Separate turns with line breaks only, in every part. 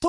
ト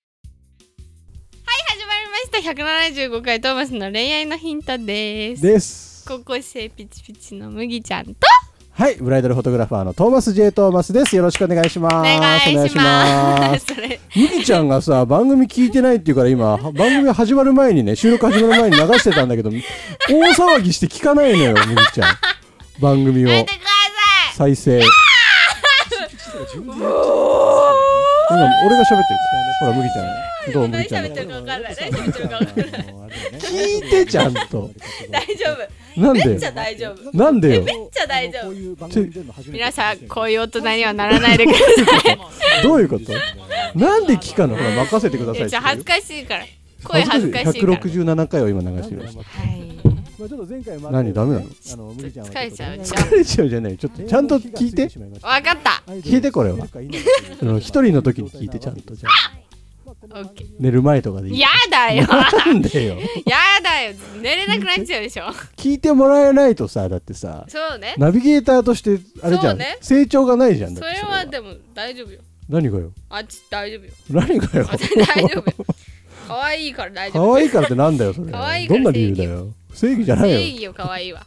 はい始まりました175回トーマスの恋愛のヒントです
です
高校生ピチピチの麦ちゃんと
はいブライダルフォトグラファーのトーマス J トーマスですよろしくお願いします
お願いしますそれ
ゆきちゃんがさ番組聞いてないっていうから今番組が始まる前にね収録始まる前に流してたんだけど大騒ぎして聞かないのよみきちゃん番組を
やめてください
再生今俺が喋ってるほら麦ちゃんどう
何
麦ちゃん
喋ってるか分かんない何喋ってるか分かんない
聞いてちゃんと
大丈
なん
夫めっちゃ
で
大丈夫
なんでよ
めっちゃ大丈夫
夫
皆さんこういう大人にはならないでください
どういうことなんで聞かのほら任せてくだ
い
さい
や
って
ちょっ
言う
と恥ずかしいから声恥ずかしいから
167回を今流してみました
はい
まあちょっと前回も
何ダメなの
あの麦ちゃんは
疲れちゃうでし
疲れちゃうじゃないちょっとちゃんと聞いて
わかった
聞いてこれはあの一人の時に聞いてちゃんとじゃあ
オッケー
寝る前とかでいい
やだよ
なんでよ
やだよ寝れなくなっちゃうでしょ
聞いてもらえないとさだってさ
そうね
ナビゲーターとしてあれじ
そ
ゃ、
うんね
成長がないじゃんだ
そ
って
れ
それ
は
は
でも大丈夫よ
何がよ
あっち大丈夫よ
何がよ
あ 大丈夫よ可愛いから大丈夫
可愛いからってなんだよそれ
可愛いか
ど
ら
んな理由だよ正義じゃない
正
よ
義よ可愛いわ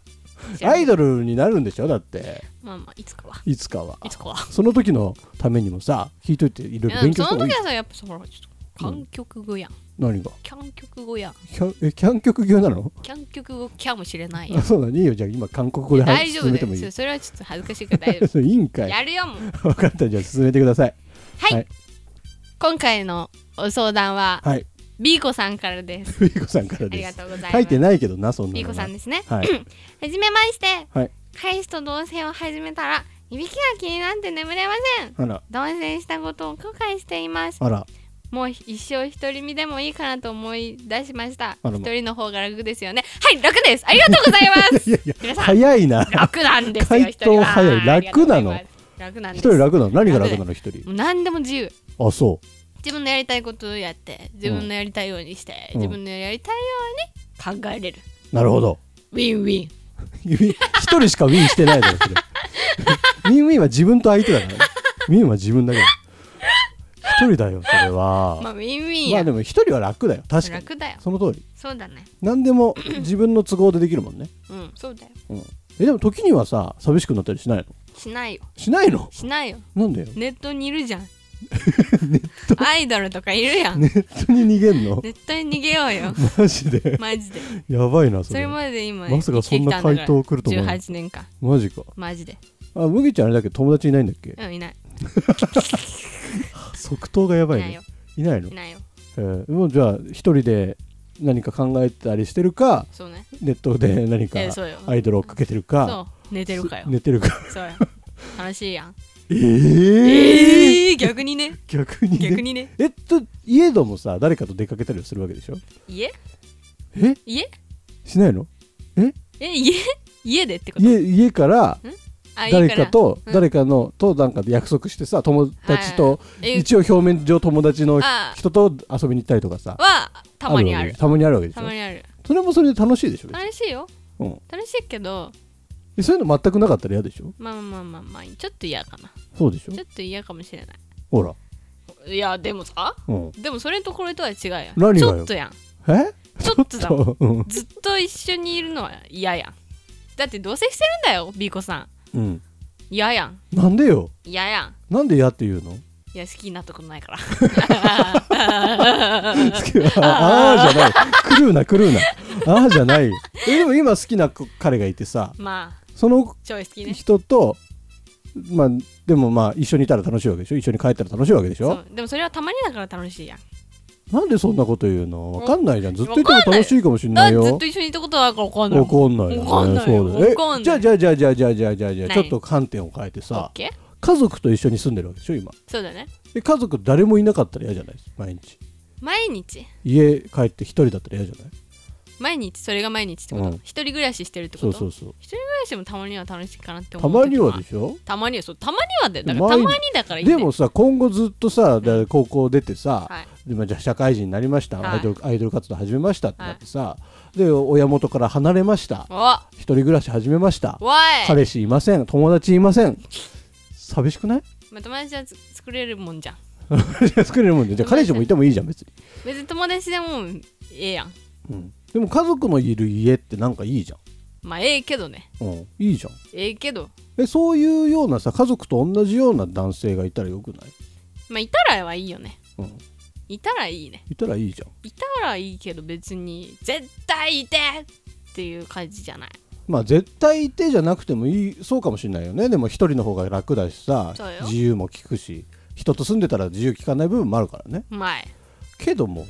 アイドルになるんでしょだって
まあまあいつかはい
つかはい
つかは
その時のためにもさ聞いといていろいろ
う
勉
ん
強
そ
した方
の
がいい
時はさやっぱさほらちょっと韓国語やん
何が
キャン曲語やん
キャンえキャン曲業なの
キャン曲語キャもしれないや
あ
ん
そうだねいいよじゃあ今韓国語で
大
話
丈
進
夫
め
だ
ても
よ
い
そう
い
それはちょっと恥ずかしいから大丈
そういいんか
夫
い
やるよもう
分かったじゃあ進めてください
はい、
はい
今回のお相談は
はい
B 子さんからです
ふいこさんから
ありが
です
とうございます
書いてないけどなそんな
B
の
子さん
な
ですね
は
は
い
じめまして、
はい
彼氏と同棲を始めたらいびきが気になって眠れません
あら
同棲したことを後悔しています
あら
もう一生独り身でもいいかなと思い出しました
あらま
一人の方が楽ですよねはい楽ですありがとうございま す
いやいや
皆さん
早いな
楽なんですよ
回答早い
一人は
楽
ありがとうございます
なの
楽なん
一
です
人楽なの何が楽なの一人
もう何でも自由
あそう
自分のやりたいことをやって自分のやりたいようにして、
うん
自分のやりたいように考えれる
なるほど
ウィンウィン
一人しかウィンしてないだろそれ ウィンウィンは自分と相手だからねウィンは自分だけだ一人だよそれは
まあウィンウィン
まあ
や、
でも一人は楽だよ確かに
楽だよ
その通り
そうだね
何でも自分の都合でできるもんね
うんそうだよ
えでも時にはさ寂しくなったりしないの
しないよ
しないの
しないよ
な んでよ
ネットにい るじゃんアイドルとかいるやん
ネットに逃げんの
絶対逃げよう よ
マジで
マジで
やばいなそ
そ
れ
れまで今
まさかそんな回答来ると思
生きてきたんだ
う
から18年間
マジか
マジで
あ麦ちゃんあれだっけ友達いないんだっけ
うんいない
即答がやば
い
い
ない
ね
よ
いないの
いないよ
えーもうじゃあ一人で何か考えたりしてるか
そうね
ネットで何か
えそうよ
アイドルを追っかけてる
そ
か
う寝てるかよ
寝てる か
そうよ楽しいやん
ええ
ええー逆に ね
逆にね
逆にね
えっと家どもさ誰かと出かけたりするわけでしょ
家
え
家
しないの
え家家でってこと
家家から
あ
誰かと
うん
誰かのとなんか約束してさ友達と
いいから
一応表面上友達の
あ
人と遊びに行ったりとかさ
えはたまにあ
わけ
る
たまにあるわけでしたょ
まにある
それもそれで楽しいでしょ別に
楽しいよ
うん
楽しいけど
えそういうの全くなかったら嫌でしょ
まあまあまあまあちょっと嫌かな
そうでしょ
ちょっと嫌かもしれない
ほら
いやでもさ
うん
でもそれとこれとは違うやん
何がよ
ちょっとやん
え
ちょっとだもん
とうん
ずっと一緒にいるのは嫌やんだって同棲してるんだよビーコさん
うん
嫌やん
なんでよ
嫌やん
なんで嫌って言 うの
いや好きになったことないから
好きああーじゃない狂うな狂うなああじゃないえでも今好きな子彼がいてさ
まあ
その
超好きね
人とまあでもまあ一緒にいたら楽しいわけでしょ一緒に帰ったら楽しいわけでし
そ
ょ
うでもそれはたまにだから楽しいやん
なんでそんなこと言うのわかんないじゃんずっといても楽しいかもしん
だ
な
っ
い
て
よ
ずっと一緒にいたことはわかんない
わかんない
わかんないよ
そうだ
わかんない
えじゃあじゃあじゃあじゃあじゃあじゃあじゃあじゃあ
何
ちょっと観点を変えて
オッ
さ
ケー
家族と一緒に住んでるわけでしょ今
そうだね
で家族誰もいなかったら嫌じゃない毎日
毎日
家帰って一人だったら嫌じゃない
毎日それが毎日ってこと、
うん
一人暮らししてるってこ
そ
と
うそうそう
一人暮らしもたまには楽しいかなって思
た
う
まに
時も
は
あ
で
る
しょ
たまにはそうたまにはだよだからた
毎日
まにだからいい、ね、
でもさ今後ずっとさだから高校出てさ、
はい
でまあじゃあ社会人になりました、
はい
アイドルアイドル活動始めましたってなってさ、で親元から離れました
お
一人暮らし始めました
おい、
彼氏いません友達いません寂しくない
まあ、友達はつ作れるもんじゃん
作れるもんでじゃあ彼氏もいてもいいじゃん別に、
別に友達でもええやん
うん、でも家族のいる家ってなんかいいじ
まあええけどね
ゃん、うん、いいじゃん
ええけど
えそういうようなさ家族と同じような男性がいたらよくない、
まあいたらはいいよね
うん、
いたらいいね
いたらいいじゃん
いたらいいけど別に絶対いてっていう感じじゃない
まあ絶対いてじゃなくてもいいそうかもしれないよねでも一人の方が楽だしさ
そうよ
自由も利くし人と住んでたら自由利かない部分もあるからね
前
けども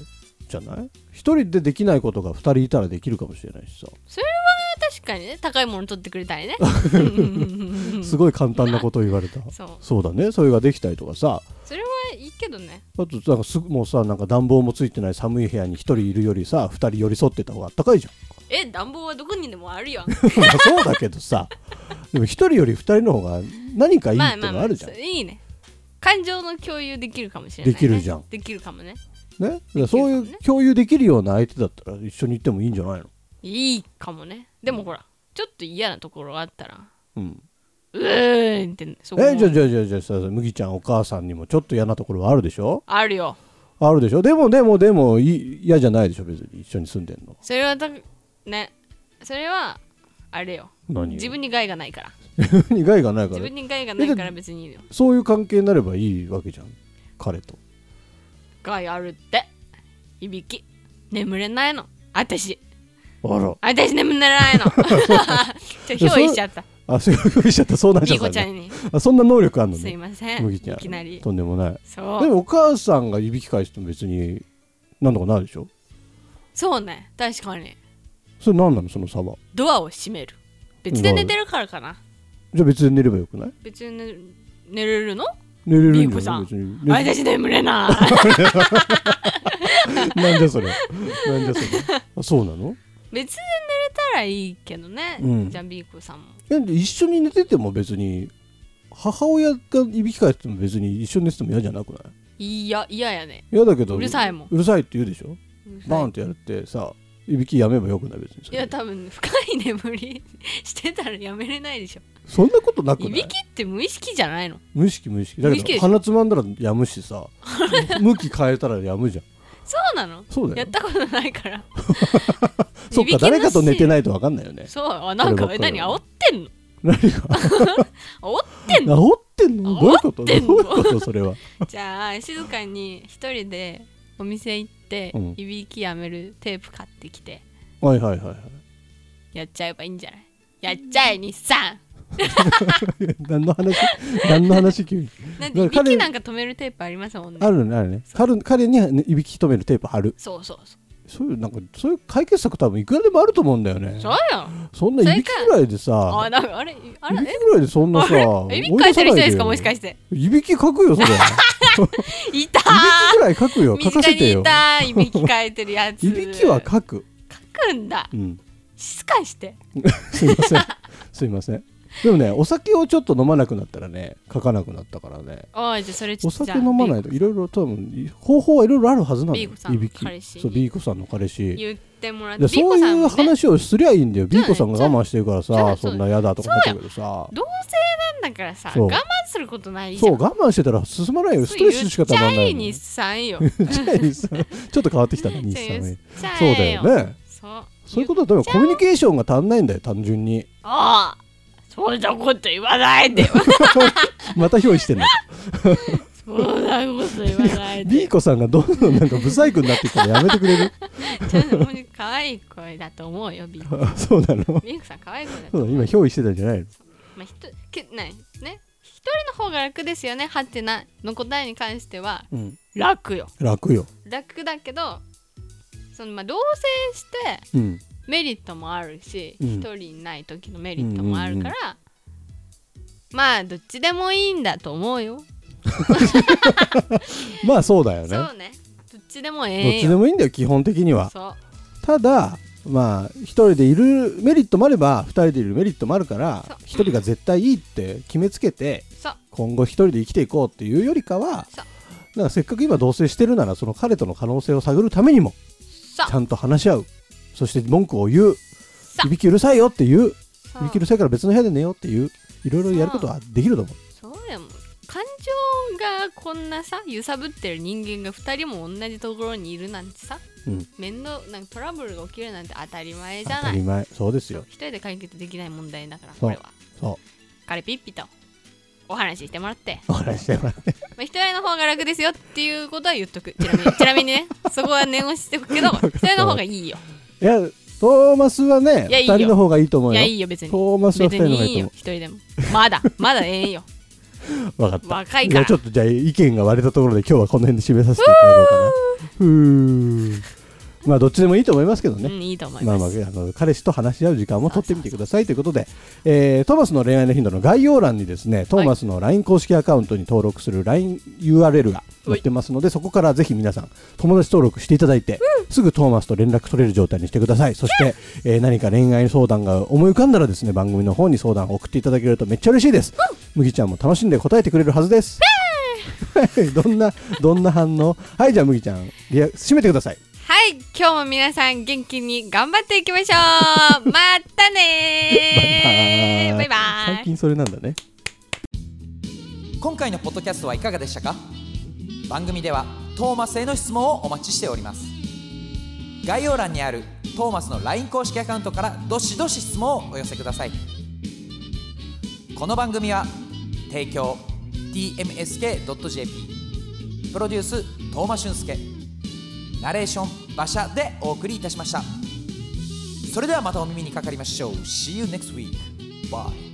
じゃない一人でできないことが二人いたらできるかもしれないしさ、
確かにね高いもの取ってくれた りね
すごい簡単なことを言われた
そう
そうだねそれができたりとかさ
それはいいけどね
あとなんかすもうさなんか暖房もついてない寒い部屋に一人いるよりさ二人寄り添ってた方があったかいじゃん
え暖房はどこにでもあるよ
まあそうだけどさでも一人より二人の方が何かいい
ま
っ
あ
て
まあ
の
ま
あ
あ
るじゃん、
そういいね感情の共有できるかもしれない、ね、
できるじゃん
できるかもね
ね、だからそういう共有できるような相手だったら一緒に行ってもいいんじゃないの
いいかもねでもほらちょっと嫌なところがあったら
うん、
うーんってそこも
えじゃあじゃあじゃあじゃあさ麦ちゃんお母さんにもちょっと嫌なところはあるでしょ
あるよ
あるでしょでもでもでもい嫌じゃないでしょ別に一緒に住んでんの
それはだねそれはあれよ
何
自分に害がないから
に害がないか
自
ら
分に害がないから別にいいよ
そういう関係になればいいわけじゃん彼と
害あるっていびき眠れないのあたし
あら
あたし眠れない のちょひょういしちゃった
あそういうふうにしちゃったそうなんじゃ
み
った
こちゃんに
あそんな能力あんの
すい
ね
ません
麦
い
ちゃん
きなり
とんでもない
そ
で
う
もお母さんが指き返しても別になんとかなるでしょ
そうね確かに
それ何なのその差は
ドアを閉める別で寝てるからかな
じゃあ別に寝ればよくない
別に寝る寝れるの
寝れる
リ
ん
ンコ
じゃ
さ
なんい別に寝
あたし眠れない
なんじゃそれなんじゃそれあそうなの
別で寝れたらいいけどね、
うん
ジャンビーコさんも
えで一緒に寝てても別に母親がいびき返しても別に一緒に寝てても嫌じゃなくない
いやいややね
嫌だけど
うるさいもん
うるさいって言うでしょ
うるさい
バーンってやるってさいびきやめばよくない別にそ
い
れ
や多分深い眠りしてたらやめれないでしょ
そんなことなくない
いびきって無意識じゃないの
無意識無意識だ
無意識で
けど
しょ
鼻つまんだらやむ しさ向き変えたらやむじゃん
そうなの
そうだ
や
よ
ったことないから
そっか誰かと寝て
い
ないと分かんないよね
びきのせいそうあなんか
そればっ
え
かり
何煽ってんの
何が
煽ってんの
治ってんのどういうこと どう
治
い
ってんの
うことそれは
じゃあ静かに一人でお店行って、
うん
いびきやめるテープ買ってきて
はいはいはいはい
やっちゃえばいいんじゃないやっちゃえ日産
何 の話何の話急に
なんでいびきなんか止めるテープありますもんね
あるねあるね彼彼にねいびき止めるテープ貼る
そうそうそ
そういうなんかそういう解決策多分いくらでもあると思うんだよね
うそうよ
そんないびきぐらいで
あ
さ
なんかあれあ
い
れ
びきぐらいでそんなさ
あれえびっかいてる人ですかもしか
て
して
いびき書くよそれいび
いた
きぐらい書くよ
身
書か
近
せて
にい
よ
たいびきかいてるやつ
いびきは書く
書くんだ
うん
静かにして
すいませんすいませんでもねお酒をちょっと飲まなくなったらね書かなくなったからね
おいじゃあそれちょ
お
っとじ
酒
ゃあ
飲まないといろいろ多分方法はいろいろあるはずなのよ
ビーコさんの
いびき
彼氏
そうビーコさんの彼氏
言ってもらって
で
ビー
そ
コ
う
さん
い
も
う
ね
話をすりゃいいんだよ
じゃ
ビ
あ
ーコさんが我慢してるから
じゃ
さ
あ
そんな嫌だとかなっちゃうけどさ
同性なんだからさ
そう
我慢することないじゃ
そ
ん
う我慢してたら進まないよストレスしかたまんない
言っちゃえ日
よ
産よ
ちっちゃい日産ちょっと変わってきたね日
言
産
っ
ね
ちゃ
そうだ
え
よね
そう
そういうことだとコミュニケーションが足んないんだよ単 純に
ああそんなこと言わないで
また憑依してんだ
そんなこと言わない
ビー
で
コさんがどんどんなんか不細工になってきたらやめてくれる
ちょっともう可愛い声だと思うよビーコ
あそうなの
ビーコさん可愛い声だと
そう
思
だ
う
今憑依してたんじゃないの
まあ、ひとけないね一人の方が楽ですよねはてなの答えに関しては
うん
楽よ
楽よ
楽だけどそのまあ同棲して
うん
メリットもあるし
うん
一、人いない時のメリットもあるから、まあどっちでもいいんだと思うよ、
まあそうだよね
そうねどっちちでもえ
どっ
えん
ち
よ
でもいいんだよ基本的には
そう
ただまあ一人でいるメリットもあれば二人でいるメリットもあるから
そう
一人が絶対いいって決めつけて
そう
今後一人で生きていこうっていうよりかは
そう
だからせっかく今同棲してるならその彼との可能性を探るためにも
そう
ちゃんと話し合うそして文句を言う
そう
いびきうるさいよっていう
そう
いびきうるさいから別の部屋で寝ようっていういろいろやることはできると思う
そうやもん感情がこんなさ揺さぶってる人間が2人も同じところにいるなんてさ、
うん
面倒なんかトラブルが起きるなんて当たり前
当
じゃ
た
ない
り前そうです
そう
よ
一人で解決できない問題だから
そ
こ
う
れは
そ
彼ピッピとお話ししてもらって、
うお話ししてもらって
まあ、一人の方が楽ですよっていうことは言っとくちなみに ちなみにねそこは念押ししておくけど一人の方がいいよ
いやトーマスはね
いやい
二
いよ
人の方がいいと思
いうや
よ
いいよ別
ト
に
ーマスは二
別
人の方が
に
い
いい
いと
よ
思
一人でもまだまだええんよ
う分かった
若い
い
か
や
ら
ちょっとじゃあ意見が割れたところで今日はこの辺で締めさせていただこうかなふーまあどっちでもいいと思いますけど
う
ね、
んいいと思い
ま
ま
あ
す、
まああの彼氏と話し合う時間も取ってみてくださいということで、えートーマスの恋愛の頻度の概要欄にですねトーマスの LINE 公式アカウントに登録する LINEURL が載ってますのでそこからぜひ皆さん友達登録していただいて、すぐトーマスと連絡取れる状態にしてくださいそして、えー何か恋愛相談が思い浮かんだらですね番組の方に相談を送っていただけるとめっちゃ嬉しいです、麦ちゃんも楽しんで答えてくれるはずです、 どんなどんな反応はいじゃあ麦ちゃんリア締めてください
はい今日も皆さん元気に頑張っていきましょうまたねーバイバイ
最近それなんだね
今回のポッドキャストはいかがでしたか番組ではトーマスへの質問をお待ちしております概要欄にあるトーマスの LINE 公式アカウントからどしどし質問をお寄せくださいこの番組は提供 tmsk.jp プロデューストーマ俊介ナレーション馬車でお送りいたしましたそれではまたお耳にかかりましょう See you next week Bye